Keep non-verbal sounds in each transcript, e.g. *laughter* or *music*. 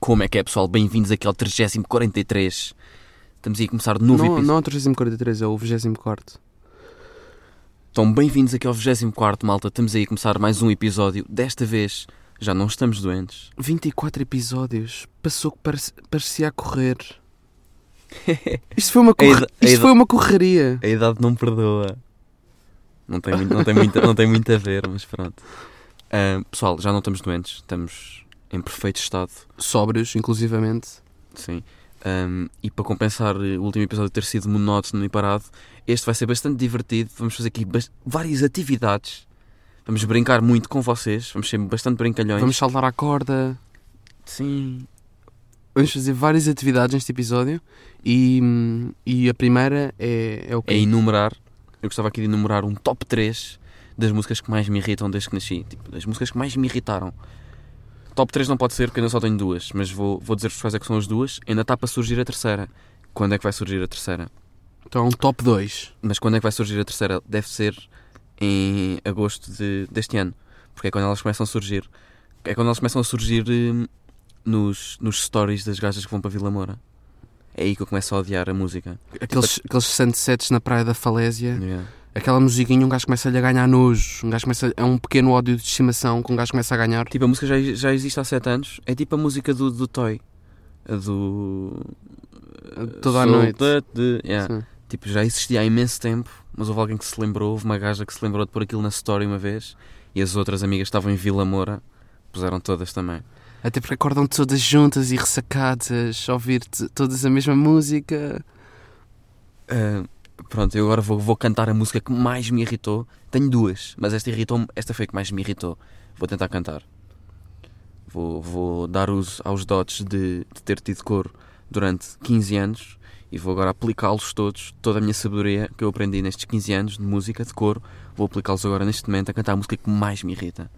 Como é que é, pessoal? Bem-vindos aqui ao 343. Estamos aí a começar de novo não, episódio. não é o 343, é o 24. Então, bem-vindos aqui ao 24, malta. Estamos aí a começar mais um episódio. Desta vez, já não estamos doentes. 24 episódios. Passou que parece- parecia a *laughs* correr. Isto foi uma, corre... A ida- a Isto ida- foi uma correria. A idade não perdoa. Não tem, muito- não tem, muito, não tem muito a ver, mas pronto. Ah, pessoal, já não estamos doentes. Estamos em perfeito estado. Sóbrios, inclusivamente. Sim. Ahm, e para compensar eh, o último episódio ter sido monótono e parado, este vai ser bastante divertido. Vamos fazer aqui bas- várias atividades. Vamos brincar muito com vocês. Vamos ser bastante brincalhões. Vamos saltar à corda. Sim. Vamos fazer várias atividades neste episódio. E, hum, e a primeira é, é o quê? É enumerar. Eu gostava aqui de enumerar um top 3 das músicas que mais me irritam desde que nasci. Tipo, das músicas que mais me irritaram. Top 3 não pode ser porque ainda só tenho duas, mas vou, vou dizer-vos quais é que são as duas. Ainda está para surgir a terceira. Quando é que vai surgir a terceira? Então, top 2. Mas quando é que vai surgir a terceira? Deve ser em agosto de- deste ano. Porque é quando elas começam a surgir. É quando elas começam a surgir hum, nos, nos stories das gajas que vão para Vila Moura. É aí que eu começo a odiar a música. Aqueles, aqueles sunsets na Praia da Falésia. Yeah. Aquela musiquinha, um gajo começa-lhe a ganhar nojo. Um gajo começa é um pequeno ódio de estimação que um gajo começa a ganhar. Tipo, a música já, já existe há 7 anos. É tipo a música do, do Toy. A do. eh, Toda a Sou noite. da- de- yeah. Sim. Tipo, já existia há imenso tempo, mas houve alguém que se lembrou, houve uma gaja que se lembrou de pôr aquilo na story uma vez e as outras amigas que estavam em Vila Moura, puseram todas também. Até porque acordam todas juntas e ressacadas, a ouvir t- todas a mesma música. Ah, pronto, eu agora vou, vou cantar a música que mais me irritou. Tenho duas, mas esta irritou esta foi a que mais me irritou. Vou tentar cantar. Vou, vou dar uso aos dotes de, de ter tido coro durante 15 anos e vou agora aplicá-los todos, toda a minha sabedoria que eu aprendi nestes 15 anos de música, de coro, vou aplicá-los agora neste momento a cantar a música que mais me irrita.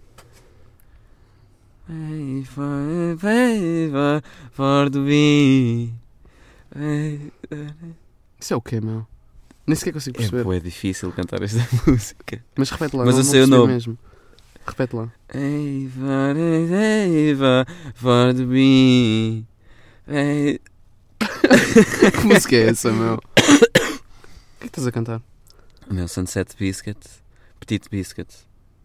Hey, for, for, for me. Hey, Isso é o quê, meu? Nem sequer consigo é perceber. bué difícil cantar esta *laughs* música. Mas repete lá, Mas não, eu não sei o percebi nome. mesmo. Repete lá. *laughs* Eva, Eva, for the bee. Ei- que música é essa, meu? *coughs* O que é que estás a cantar? Meu Sunset Biscuit, Petit Biscuit.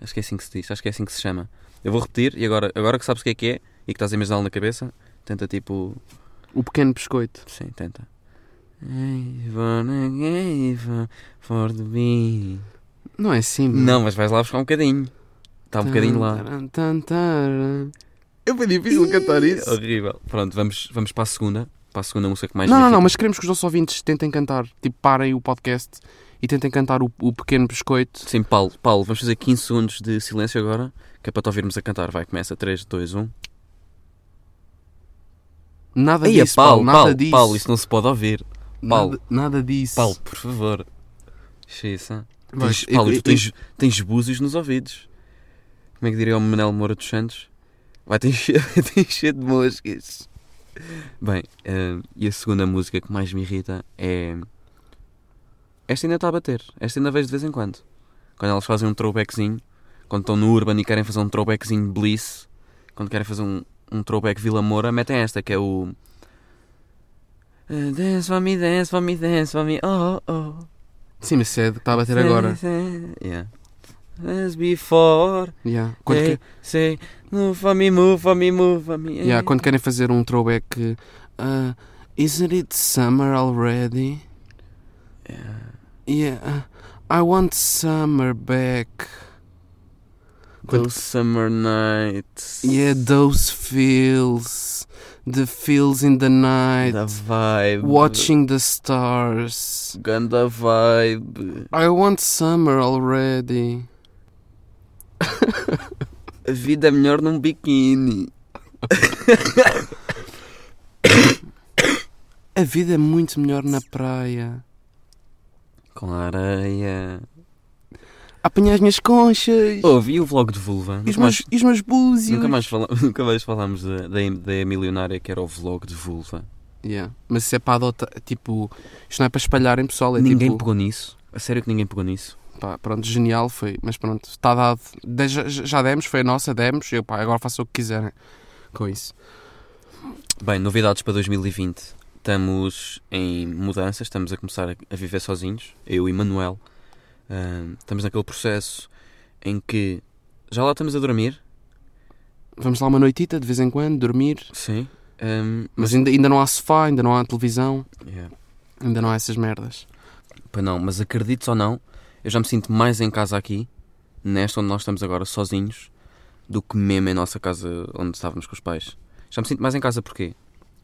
Acho que é assim que se diz, acho que é assim que se chama. Eu vou repetir e agora, agora que sabes o que é que é e que estás a imaginá-lo na cabeça, tenta tipo. O Pequeno Biscoito. Sim, tenta. Eva, Eva, for the bee. Não é assim, meu. Não, mas vais lá buscar um bocadinho. Está um bocadinho lá. Taran, tan, taran. Eu fui Tá. É difícil cantar isso. Horrível. Pronto, vamos, vamos para a segunda. Para a segunda música que mais não, me não, não, irrita. mas queremos que os nossos ouvintes tentem cantar. Tipo, parem o podcast e tentem cantar o, o Pequeno Biscoito. Sim, Paulo, Paulo, vamos fazer 15 segundos de silêncio agora, que é para te ouvirmos a cantar. Vai, começa um. 3, 2, 1. Nada Aí, é disso, Paulo, Paulo, nada Paulo, disso. Paulo, isso não se pode ouvir. Paulo. Nada, nada disso. Paulo, por favor. Xiça. Vai, Tens- eu- Paulo, eu- tu tens, tens búzios nos ouvidos. Como é que diria o Manel Moura dos Santos? Vai te encher, *laughs* vai te encher de moscas. Bem, eh, e a segunda música que mais me irrita é. Esta ainda está a bater. Esta ainda vejo de vez em quando. Quando elas fazem um throwbackzinho. Quando estão no Urban e querem fazer um throwbackzinho Bliss. Quando querem fazer um, um throwback Vila Moura, metem esta que é o. Eh, Dance for me, dance for me, dance for me. Oh, oh. Sim, mas cedo, está tá a bater agora. Yeah. As before. Yeah. Quando, que- they say, move for me, move for me, move for me. yeah, quando querem fazer um throwback. uh, isn't it summer already? Yeah. Yeah. uh, I want summer back. Quando- Those summer nights. Yeah, those feels. The feels in the night. The vibe. Watching the stars. Ganda vibe. I want summer already. A vida é melhor num biquíni. A vida é muito melhor na praia. Com areia. Apanhar as minhas conchas. Ouvi o vlog de Vulva. E os Oh, Nunca mais, meus, e os meus búzios. nunca mais, fala- *laughs* nunca mais falámos da, da, da milionária que era o vlog de Vulva. Yeah. Mas isso é para adotar. Tipo, isto não é para espalharem pessoal. É ninguém tipo, pegou nisso. A sério que ninguém pegou nisso. pá, pronto, genial foi. Mas pronto, está dado. De- já, já demos, foi a nossa, demos. Eu, pá, agora faço o que quiserem com isso. Bem, novidades para 2020. Estamos em mudanças, estamos a começar a- a viver sozinhos, eu e Manuel. Ahm, estamos naquele processo em que já lá estamos a dormir, Vamos lá uma noitita de vez em quando, dormir. sim, ahm, Mas ainda, ainda não há sofá, ainda não há televisão, yeah, ainda não há essas merdas. Pois não, mas acredites ou não, eu já me sinto mais em casa aqui, nesta onde nós estamos agora sozinhos, do que mesmo em nossa casa onde estávamos com os pais. Já me sinto mais em casa porquê?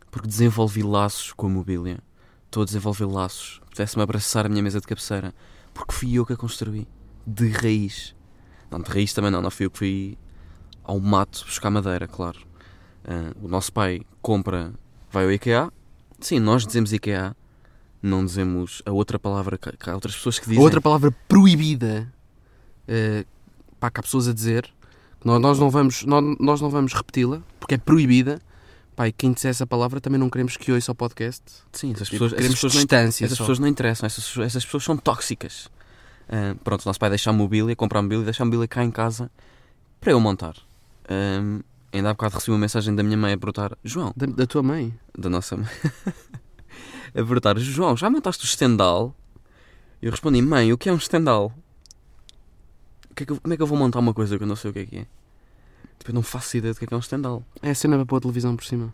Porque desenvolvi laços com a mobília. Estou a desenvolver laços. Pudesse-me abraçar a minha mesa de cabeceira. Porque fui eu que a construí. De raiz. Não, de raiz também não. Não fui eu que fui ao mato buscar madeira, claro. Ah, o nosso pai compra, vai ao IKEA. Sim, nós dizemos IKEA. Não dizemos a outra palavra que que há outras pessoas que dizem. Outra palavra proibida eh, pá, que há pessoas a dizer. Nós, nós não vamos, nó- nós, não vamos repeti-la, porque é proibida. Pá, e quem disser essa palavra também não queremos que ouça o podcast. Sim, essas Tipo, pessoas, essas queremos pessoas não distância. Essas só. pessoas não interessam, essas, essas pessoas são tóxicas. Ah, pronto, o nosso pai deixa a mobília, compra a mobília, deixa a mobília cá em casa para eu montar. Ah, ainda há bocado recebi uma mensagem da minha mãe a brotar: João, Da, da tua mãe. da nossa mãe, *laughs* a brotar: João, já montaste o estendal? Eu respondi: Mãe, o que é um estendal? O que é que eu- como é que eu vou montar uma coisa que eu não sei o que é que é? Tipo, eu não faço ideia do que é que é um estendal. É a cena para pôr a televisão por cima.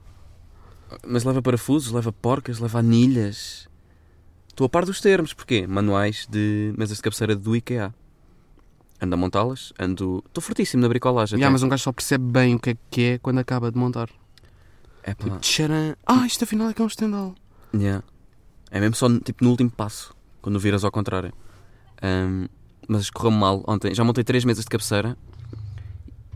Mas leva parafusos, leva porcas, leva anilhas. Estou a par dos termos, porquê? Manuais de mesas de cabeceira do IKEA. Ando a montá-las, ando. Estou fortíssimo na bricolagem. Yeah, até. mas um gajo só percebe bem o que é que é quando acaba de montar. É pá, Tipo, tcharam. Ah, isto afinal é que é um estendal. yeah. É mesmo só tipo, no último passo, quando viras ao contrário. Ahm, mas correu-me mal ontem. Já montei três mesas de cabeceira.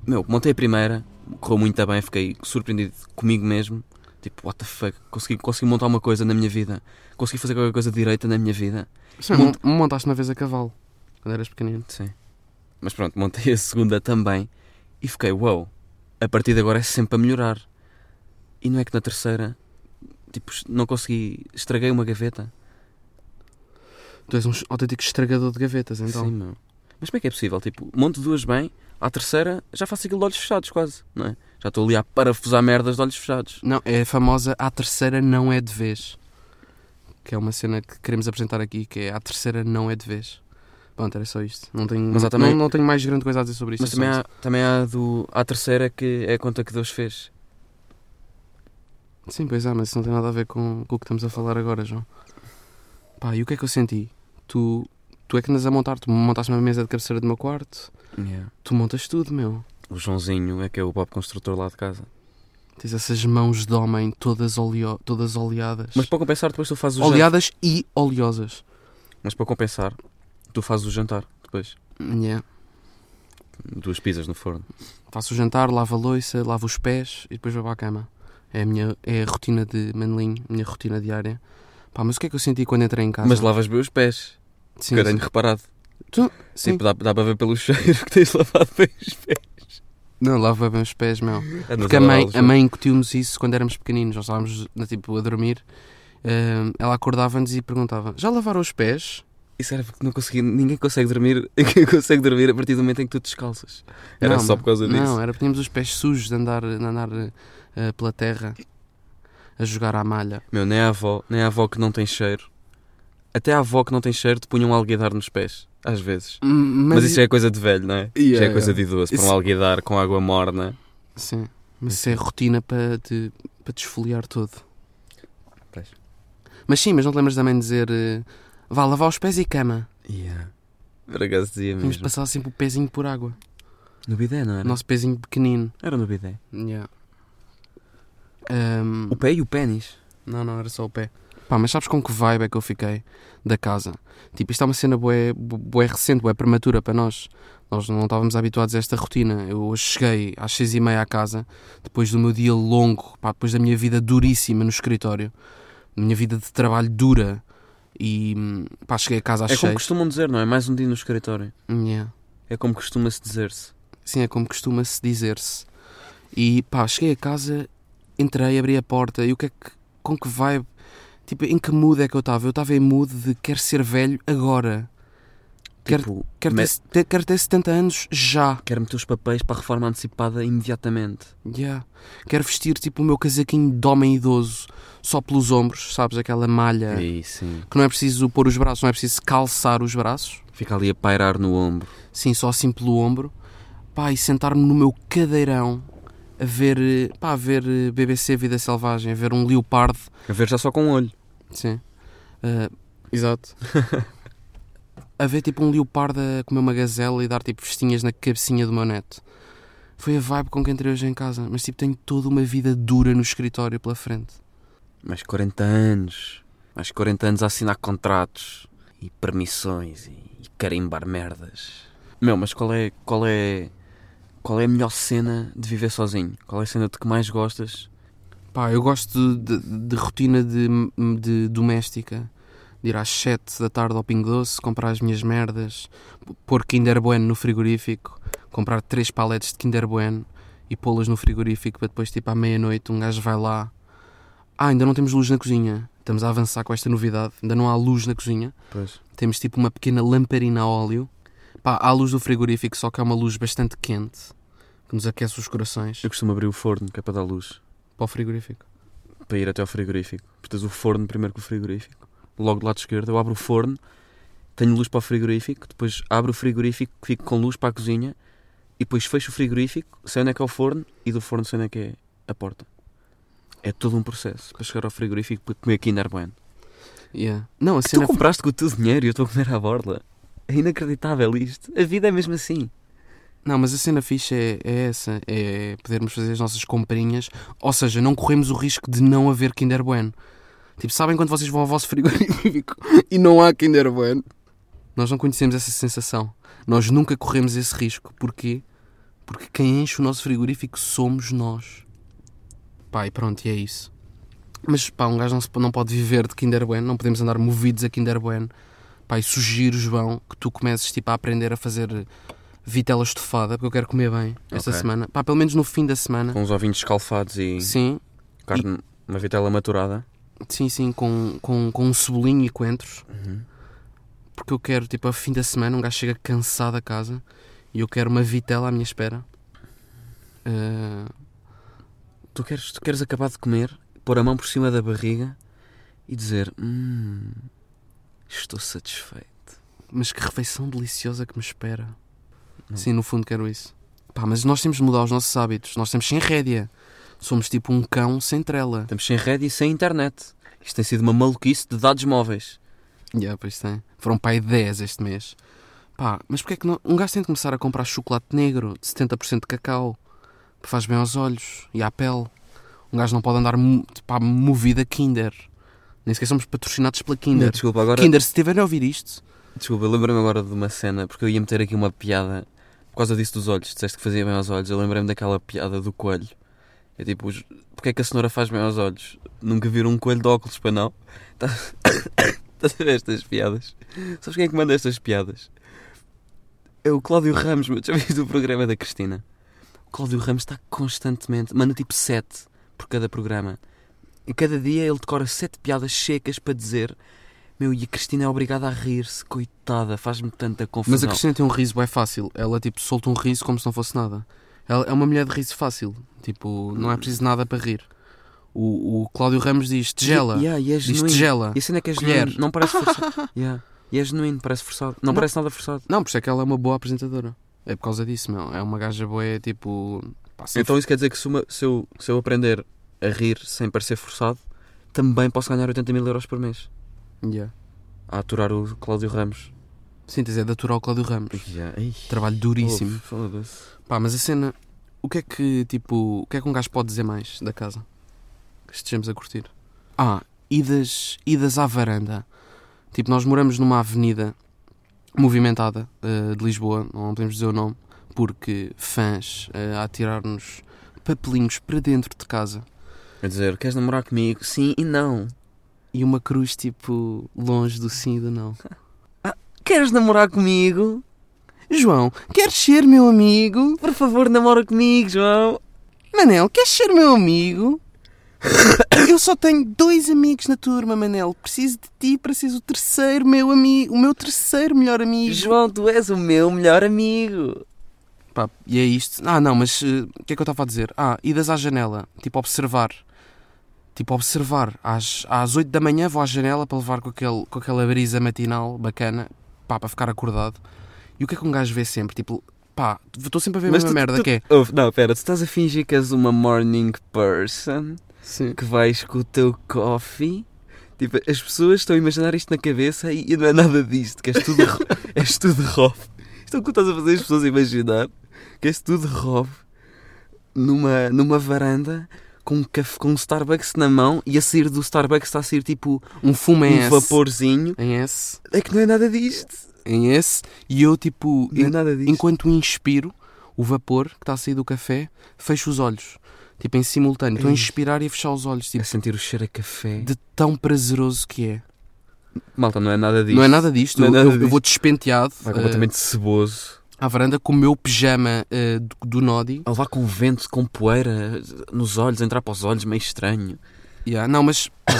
Meu, montei a primeira, correu muito bem, fiquei surpreendido comigo mesmo. Tipo, what the fuck, consegui, consegui montar uma coisa na minha vida. Consegui fazer qualquer coisa direita na minha vida. Sim, Monta- mon- montaste uma vez a cavalo, quando eras pequenino. Sim. Mas pronto, montei a segunda também e fiquei, wow, a partir de agora é sempre a melhorar. E não é que na terceira, tipo, não consegui, estraguei uma gaveta. Tu és um autêntico estragador de gavetas, então. Sim, meu. Mas como é que é possível? Tipo, monto duas bem, à terceira já faço aquilo de olhos fechados quase, não é? Já estou ali a parafusar merdas de olhos fechados. Não, é a famosa A Terceira Não É De Vez. Que é uma cena que queremos apresentar aqui, que é A Terceira Não É De Vez. Pronto, era só isto. Não tenho, Mas há não, também- não, não tenho mais grande coisa a dizer sobre isso. Mas é só também isso. há, também há do, à terceira que é a conta que Deus fez. Sim, pois há, mas isso não tem nada a ver com, com o que estamos a falar agora, João. Pá, e o que é que eu senti? Tu, tu é que andas a montar, tu montaste uma mesa de cabeceira do meu quarto, tu montas tudo, meu. O Joãozinho é que é o Bob Construtor lá de casa. Tens essas mãos de homem todas, oleo, todas oleadas. Mas para compensar, depois tu fazes o jantar. oleadas e oleosas. Mas para compensar, tu fazes o jantar depois. Yeah. Duas pizzas no forno. Faço o jantar, lavo a louça, lavo os pés e depois vou para a cama. É a minha é a rotina de Manelinho, minha rotina diária. Pá, mas o que é que eu senti quando entrei em casa? Mas lavas bem os pés, sim, que eu tenho reparado. sim. Tipo, dá, dá para ver pelo *laughs* cheiro que tens lavado bem os pés. Não, lavo bem os pés, meu. Andas Porque a lavar mãe, os a mãe incutiu-nos isso quando éramos pequeninos. Nós estávamos na, tipo, a dormir. Ahm, ela acordava-nos e perguntava: Já lavaram os pés? pés. Isso era porque não consegui, ninguém consegue dormir *laughs* ninguém consegue dormir a partir do momento em que tu descalças. Era Não, só por causa disso. Não, era porque tínhamos os pés sujos de andar, de andar eh, pela terra a jogar à malha. Meu, nem a avó, nem a avó que não tem cheiro. Até a avó que não tem cheiro te punha um alguidar nos pés, às vezes. Mas, isso é coisa de velho, não é? Yeah, Já é coisa yeah. de idoso. Para um Isso- alguidar com água morna. Sim, mas isso é rotina para te, para te esfoliar todo. Pois. Mas sim, mas não te lembras também de dizer eh, vá lavar os pés e cama. Yeah. Por acaso dizia Tínhamos de É mesmo. É, né? passar sempre o pezinho por água. No bidé, não era? Nosso pezinho pequenino. Era no bidé. Yeah. Ahm, O pé e o pênis. Não, não, era só o pé. Pá, mas sabes com que vibe é que eu fiquei da casa? Tipo, isto é uma cena bué, bué recente, bué prematura para nós. Nós não estávamos habituados a esta rotina. Eu hoje cheguei às seis e meia à casa, depois do meu dia longo, pá, depois da minha vida duríssima no escritório, minha vida de trabalho dura, e hum, pá, cheguei a casa às É como seis. costumam dizer, não é? Mais um dia no escritório. Yeah. É como costuma-se dizer-se. Sim, é como costuma-se dizer-se. E pá, cheguei a casa, entrei, abri a porta e o que é que. com que vibe. Tipo, em que mood é que eu estava? Eu estava em mood de quero ser velho agora. Quero- Tipo, Quero, me- ter, ter- quero ter 70 anos já. quero meter os papéis para a reforma antecipada imediatamente. Yeah. Quero vestir tipo o meu casaquinho de homem idoso, só pelos ombros, sabes? Aquela malha E sim. que não é preciso pôr os braços, não é preciso calçar os braços, Fica ali a pairar no ombro. sim, só assim pelo ombro. Pá, e sentar-me no meu cadeirão a ver, eh, pá, a ver eh, BBC Vida Selvagem, a ver um leopardo, A ver já só com o olho. sim. Ah, exato. *laughs* a ver tipo um leopardo a comer uma gazela e dar tipo festinhas na cabecinha do meu neto. Foi a vibe com que entrei hoje em casa, mas tipo tenho toda uma vida dura no escritório pela frente. Mais 40 anos. Mais 40 anos a assinar contratos e permissões e, e carimbar merdas. Meu, mas qual é, qual é. Qual é a melhor cena de viver sozinho? Qual é a cena de que mais gostas? Pá, eu gosto de, de- de rotina de, de doméstica. De ir às 7 da tarde ao Pingo Doce, comprar as minhas merdas, p- pôr Kinder Bueno no frigorífico, comprar três paletes de Kinder Bueno e pô-las no frigorífico para depois, tipo, à meia-noite, um gajo vai lá. Ah, ainda não temos luz na cozinha. Estamos a avançar com esta novidade. Ainda não há luz na cozinha. Pois. Temos, tipo, uma pequena lamparina a óleo. Pá, há luz do frigorífico, só que é uma luz bastante quente que nos aquece os corações. Eu costumo abrir o forno, que é para dar luz, Para o frigorífico. para ir até ao frigorífico. Portas o forno primeiro que o frigorífico. Logo do lado esquerdo, eu abro o forno, tenho luz para o frigorífico, depois abro o frigorífico, fico com luz para a cozinha, e depois fecho o frigorífico, sei onde é que é o forno, e do forno sei onde é que é a porta. É todo um processo para chegar ao frigorífico para comer Kinder Bueno. Yeah. Não, a Tu cena compraste com o teu dinheiro e eu estou a comer à borda. É inacreditável isto. A vida é mesmo assim. Não, mas a cena fixe é, é essa, é podermos fazer as nossas comprinhas, ou seja, não corremos o risco de não haver Kinder Bueno. Tipo, sabem quando vocês vão ao vosso frigorífico *laughs* e não há Kinder Bueno? Nós não conhecemos essa sensação. Nós nunca corremos esse risco. Porquê? Porque quem enche o nosso frigorífico somos nós. Pá, e pronto, e é isso. Mas pá, um gajo não, se- não pode viver de Kinder Bueno, não podemos andar movidos a Kinder Bueno. Pá, e sugiro, João, que tu comeces tipo, a aprender a fazer vitela estofada, porque eu quero comer bem esta Ok. semana. Pá, pelo menos no fim da semana. Com um os ovinhos escalfados e Sim, carne, uma vitela maturada. Sim, sim, com, com, com um cebolinho e coentros. Porque eu quero, tipo, a fim da semana, um gajo chega cansado a casa e eu quero uma vitela à minha espera. Ah, tu queres, tu queres acabar de comer, pôr a mão por cima da barriga e dizer: Hum, estou satisfeito. mas que refeição deliciosa que me espera. Hum. Sim, no fundo quero isso. Pá, mas nós temos de mudar os nossos hábitos. Nós temos sem rédea. Somos tipo um cão sem trela. Estamos sem rede e sem internet. Isto tem sido uma maluquice de dados móveis. Yeah, pois tem. Foram pai 10 este mês. Pá, mas porque é que não... um gajo tem de começar a comprar chocolate negro de 70% de cacau? Que faz bem aos olhos e à pele. Um gajo não pode andar mo- pá, movido a Kinder. Nem sequer somos patrocinados pela Kinder. Desculpa, agora. Kinder, se estiverem a ouvir isto, Desculpa, lembrei-me agora de uma cena, porque eu ia meter aqui uma piada por causa disso dos olhos. Disseste que fazia bem aos olhos. Eu lembrei-me daquela piada do coelho. É tipo: os- Porquê é que a cenoura faz bem aos olhos? Nunca viram um coelho de óculos para não? Estás *coughs* Estás a ver estas piadas? Sabes quem é que manda estas piadas? É o Cláudio Ramos, meu. Já viste o programa da Cristina? O Cláudio Ramos está constantemente. Manda tipo 7 por cada programa. E cada dia ele decora 7 piadas secas para dizer. Meu, e a Cristina é obrigada a rir-se, coitada, faz-me tanta confusão. mas a Cristina tem um riso bem fácil. Ela tipo solta um riso como se não fosse nada. Ela é uma mulher de riso fácil. Tipo, não é preciso nada para rir. O, o Cláudio Ramos diz tigela. E, yeah, e é Diz genuíno. tigela. E a cena é que é Colher. genuíno, não parece forçado. *laughs* yeah. E é genuíno, parece forçado. Não, Não. parece nada forçado. Não, por isso é que ela é uma boa apresentadora. É por causa disso, meu. É uma gaja boa, é tipo. pá, se- Então isso quer dizer que se, uma- se eu, se eu aprender a rir sem parecer forçado, também posso ganhar 80 mil euros por mês. Yeah. A aturar o Cláudio Ramos. Sim, tens é de aturar o Cláudio Ramos. Yeah. Ei, Trabalho duríssimo. ouve, Foda-se. Pá, mas a cena. O que é que, tipo. O que é que um gajo pode dizer mais da casa? Que estejamos a curtir. Ah, idas, idas à varanda. Tipo, nós moramos numa avenida movimentada eh, de Lisboa, não podemos dizer o nome, porque fãs eh, a atirar-nos papelinhos para dentro de casa A dizer, queres namorar comigo? Sim e não. e uma cruz, tipo, longe do sim e do não. Queres namorar comigo? João, queres ser meu amigo? Por favor, namora comigo, João. Manel, queres ser meu amigo? *coughs* Eu só tenho dois amigos na turma, Manel. Preciso de ti para seres o terceiro meu amigo, o meu terceiro melhor amigo. João, tu és o meu melhor amigo. Pá, e é isto. Ah, não, mas eh, o que é que eu estava a dizer? Ah, idas à janela, tipo observar. Tipo observar. Às, às 8 da manhã vou à janela para levar com, aquele, com aquela brisa matinal bacana, pá, para ficar acordado. E o que é que um gajo vê sempre? Tipo, pá, estou sempre a ver a mesma merda que é. Ouve, Não, pera, tu estás a fingir que és uma morning person Sim. que vais com o teu coffee. Tipo, as pessoas estão a imaginar isto na cabeça e, e não é nada disto, que és tudo, *laughs* ro- és tudo rob. Isto é o que tu estás a fazer as pessoas imaginar que és tudo rob numa, numa varanda com um, caf- com um Starbucks na mão e a sair do Starbucks está a sair tipo Um fumo em um S. vaporzinho. Em S. É que não é nada disto. Em S. E eu, tipo, Não é nada disto. enquanto inspiro o vapor que está a sair do café, fecho os olhos. Tipo, em simultâneo. Estou a Ei. inspirar e a fechar os olhos. A Tipo, É sentir o cheiro a café. de tão prazeroso que é. Malta, não é nada disto. Não é nada disto. Não é eu- nada eu, eu disto. vou despenteado Vai eh, completamente ceboso. à varanda com o meu pijama eh, do, do Nodi. A levar com vento, com poeira nos olhos, a entrar para os olhos, meio estranho. Yeah, Não, mas *coughs* pá,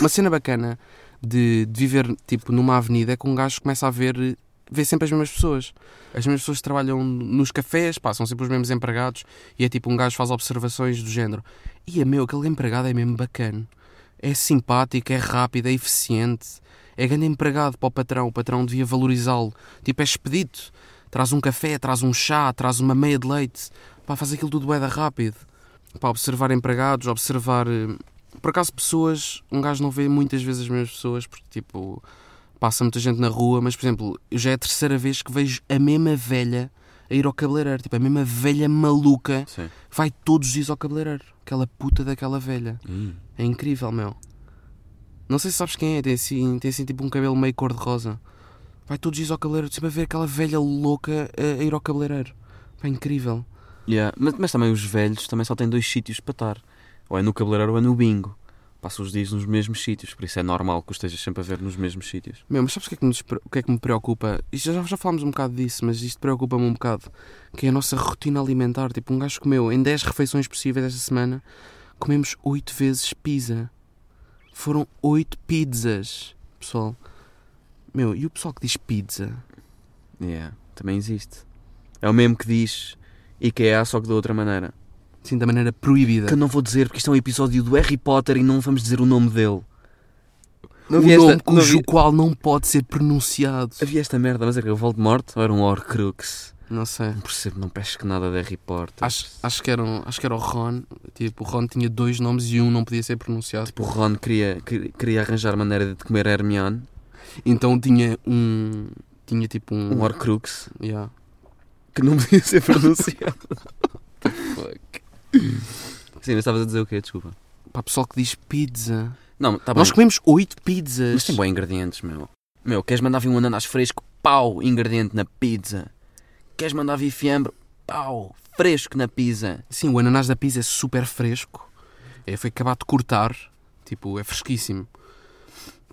uma cena bacana de, de viver tipo numa avenida é que um gajo começa a ver eh, vê sempre as mesmas pessoas. As mesmas pessoas que trabalham nos cafés, pá, são sempre os mesmos empregados e é tipo um gajo faz observações do género. E meu, aquele empregado é mesmo bacana. É simpático, é rápido, é eficiente. É grande empregado para o patrão, o patrão devia valorizá-lo. Tipo, é expedito. Traz um café, traz um chá, traz uma meia de leite. Pá, faz aquilo tudo bué da rápido. Pá, observar empregados, observar eh, por acaso, pessoas, um gajo não vê muitas vezes as mesmas pessoas, porque tipo, passa muita gente na rua, mas por exemplo, eu já é a terceira vez que vejo a mesma velha a ir ao cabeleireiro, tipo, a mesma velha maluca Sim. vai todos os dias ao cabeleireiro, aquela puta daquela velha. Hum. É incrível, meu. Não sei se sabes quem é, tem assim, tem assim tipo um cabelo meio cor-de-rosa. Vai todos os dias ao cabeleireiro, sempre a ver aquela velha louca a, a ir ao cabeleireiro. Pá, incrível. Yeah, Mas, mas também os velhos também só têm dois sítios para estar. Ou é no cabeleireiro ou é no bingo. Passam os dias nos mesmos sítios, por isso é normal que os estejas sempre a ver nos mesmos sítios. Meu, mas sabes o que é que, nos pre- o que, é que me preocupa? Isto já, já falámos um bocado disso, mas isto preocupa-me um bocado. Que é a nossa rotina alimentar. Tipo, um gajo comeu em 10 refeições possíveis esta semana, comemos 8 vezes pizza. Foram 8 pizzas, pessoal. Meu, e o pessoal que diz pizza? Yeah, Também existe. É o mesmo que diz IKEA, só que de outra maneira. Assim, da maneira proibida. Que eu não vou dizer, porque isto é um episódio do Harry Potter e não vamos dizer o nome dele. Não o vi esta- nome não cujo vi- qual não pode ser pronunciado. Havia esta merda, mas era que o Voldemort ou era um Horcrux? Não sei. Não percebo, não pesco nada de Harry Potter. Acho, acho, que era um- acho que era o Ron. Tipo, o Ron tinha dois nomes e um não podia ser pronunciado. Tipo, o Ron queria, quer- queria arranjar maneira de comer a Hermione, Então tinha um. Tinha tipo um. um Horcrux, Yeah. que não podia ser pronunciado. Sim, mas estavas a dizer o quê? Desculpa. Pá, pessoal que diz pizza. Não, está Tá bem. Nós comemos 8 pizzas. Mas tem bons ingredientes, meu. Meu, queres mandar vir um ananás fresco? Pau! Ingrediente na pizza. Queres mandar vir fiambre? Pau! Fresco na pizza. Sim, o ananás da pizza é super fresco. É, foi acabado de cortar. Tipo, é fresquíssimo.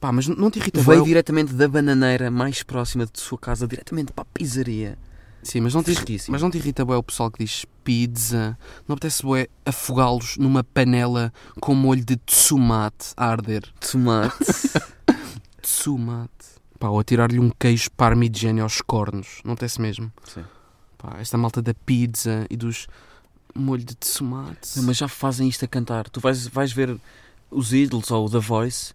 Pá, mas n- não te irrita Veio bué o- diretamente da bananeira mais próxima de sua casa, diretamente para a pizzaria. Sim, mas não te irrita. Fresquíssimo. Mas não te irrita bué o pessoal que diz pizza. Não apetece bué afogá-los numa panela com molho de tomate a arder. Tomate. Tomate. Pá, ou atirar-lhe um queijo parmigiano aos cornos. Não apetece mesmo. Sim. Pá, esta malta da pizza e dos molho de tomate. Não, mas já fazem isto a cantar. Tu vais, vais ver os Idols ou o The Voice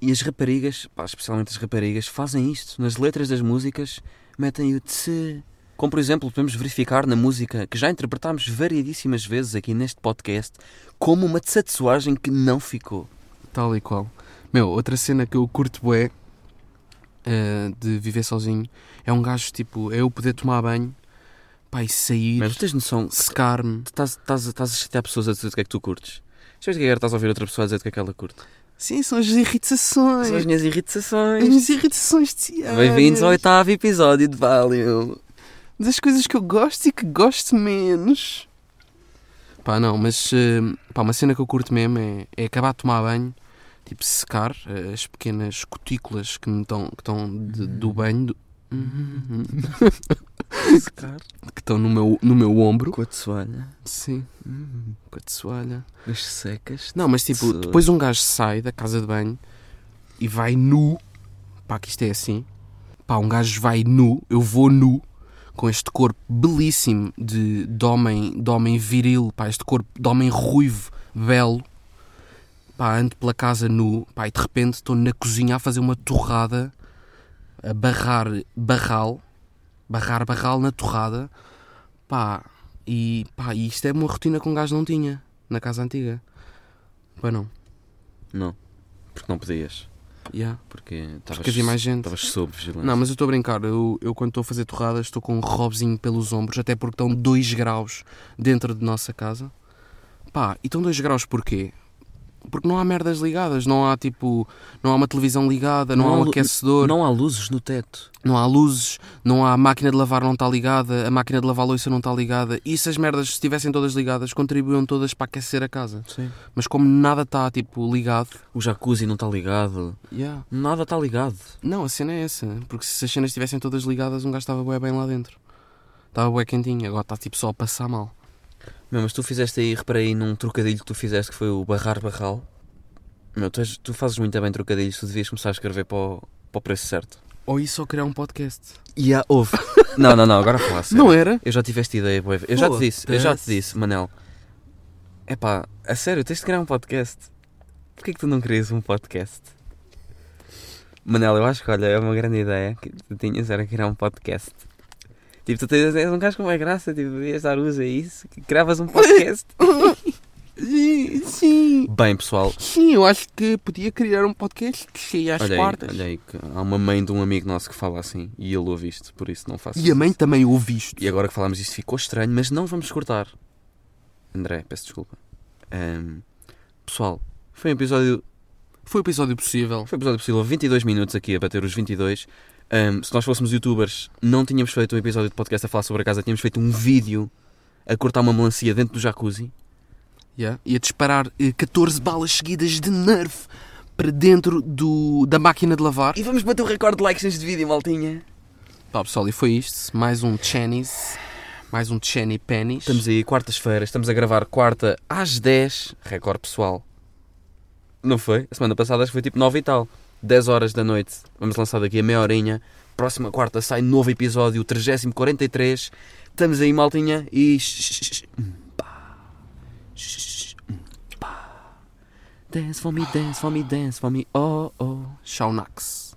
e as raparigas, pá, especialmente as raparigas, fazem isto. Nas letras das músicas metem o tse. Como, por exemplo, podemos verificar na música que já interpretámos variedíssimas vezes aqui neste podcast como uma tsetsuagem que não ficou. Tal e qual. Meu, outra cena que eu curto bué eh, de viver sozinho é um gajo tipo, é eu poder tomar banho, pá, e sair, Mas tu tens noção, tu secar-me. estás, estás, estás a chatear pessoas a dizer o que é que tu curtes. Sabes que agora estás a ouvir outra pessoa a dizer o que é que ela curte? Sim, são as irritações. São as minhas irritações. minhas irritações diárias. Bem-vindos ao oitavo episódio de Value. Das coisas que eu gosto e que gosto menos. Pá, não, mas eh, pá, uma cena que eu curto mesmo é, é acabar de tomar banho, tipo secar eh, as pequenas cutículas que me estão que estão de- do banho, do- secar. *laughs* que estão no meu, no meu ombro. Com a toalha. Sim, com a toalha. Mas secas. Não, mas tipo, Isso. depois um gajo sai da casa de banho e vai nu. Pá, que isto é assim. Pá, um gajo vai nu, eu vou nu, com este corpo belíssimo de, de, homem, de homem viril, pá, este corpo de homem ruivo, belo. Pá, ando pela casa nu, pá, e de repente estou na cozinha a fazer uma torrada, a barrar barral, barrar barral na torrada, pá, e pá, e isto é uma rotina que um gajo não tinha na casa antiga. Pois não. Não. Porque não podias. Yeah. Porque estavas. Porque havia mais gente. Estavas sob vigilância. Não, mas eu estou a brincar. Eu, eu quando estou a fazer torradas estou com um robzinho pelos ombros, até porque estão 2 graus dentro de nossa casa. Pá, e estão 2 graus porquê? Porque não há merdas ligadas, não há tipo. Não há uma televisão ligada, não, Não há há um lu- aquecedor, não... Não há luzes no teto. há luzes, não há a máquina de lavar não está ligada, a máquina de lavar a louça não está ligada. E se as merdas estivessem todas ligadas, contribuíam todas para aquecer a casa. Sim. Mas como nada está tipo ligado. O jacuzzi não está ligado. Yeah. Nada está ligado. Não, a cena é essa. Porque se as cenas estivessem todas ligadas, um gajo estava bué bem lá dentro. Estava bué quentinho. Agora está tipo só a passar mal. Meu, mas tu fizeste aí, reparei num trocadilho que tu fizeste que foi o barrar barral. Meu, tu, és- tu fazes muito bem trocadilhos, tu devias começar a escrever para o, para o preço certo. Ou isso só criar um podcast. E há, houve. *laughs* não, não, não, agora fala sério. Não era? Eu já tive esta ideia, boa. Eu já te disse, eu já te Foda-se. disse, Manel. É pá, a sério, tens de criar um podcast. Porquê que tu não crias um podcast? Manel, eu acho que, olha, é uma grande ideia que tu tinhas, era criar um podcast. Tipo, tu tens, és um gajo com uma graça, tipo, devias dar uso a isso, que gravas um *laughs* podcast. Sim, sim. Bem, pessoal, Sim, eu acho que podia criar um podcast que cheia às olha aí, quartas. olha aí, que há uma mãe de um amigo nosso que fala assim, e ele ouve isto, por isso não faço E a mãe isso. também ouve isto. E agora que falámos isto ficou estranho, mas não vamos cortar. André, peço desculpa. Ahm, pessoal, foi um episódio, Foi o episódio possível. foi um episódio possível, 22 minutos aqui a bater os 22. Ahm, se nós fôssemos youtubers, não tínhamos feito um episódio de podcast a falar sobre a casa, tínhamos feito um vídeo a cortar uma melancia dentro do jacuzzi. Yeah. E a disparar eh, 14 balas seguidas de nerf para dentro do, da máquina de lavar. E vamos bater o recorde de likes neste vídeo, maltinha. Pá, pessoal, e foi isto. Mais um Chinese. Mais um Chenny Pennies. Estamos aí, quartas-feiras, estamos a gravar quarta às 10, recorde pessoal. Não foi? A semana passada acho que foi tipo 9 e tal. 10 horas da noite, vamos lançar daqui a meia horinha. Próxima quarta sai novo episódio, o 343. Estamos aí, maltinha, e... um Dance for me, dance for me, dance for me, oh, oh. Shaunax.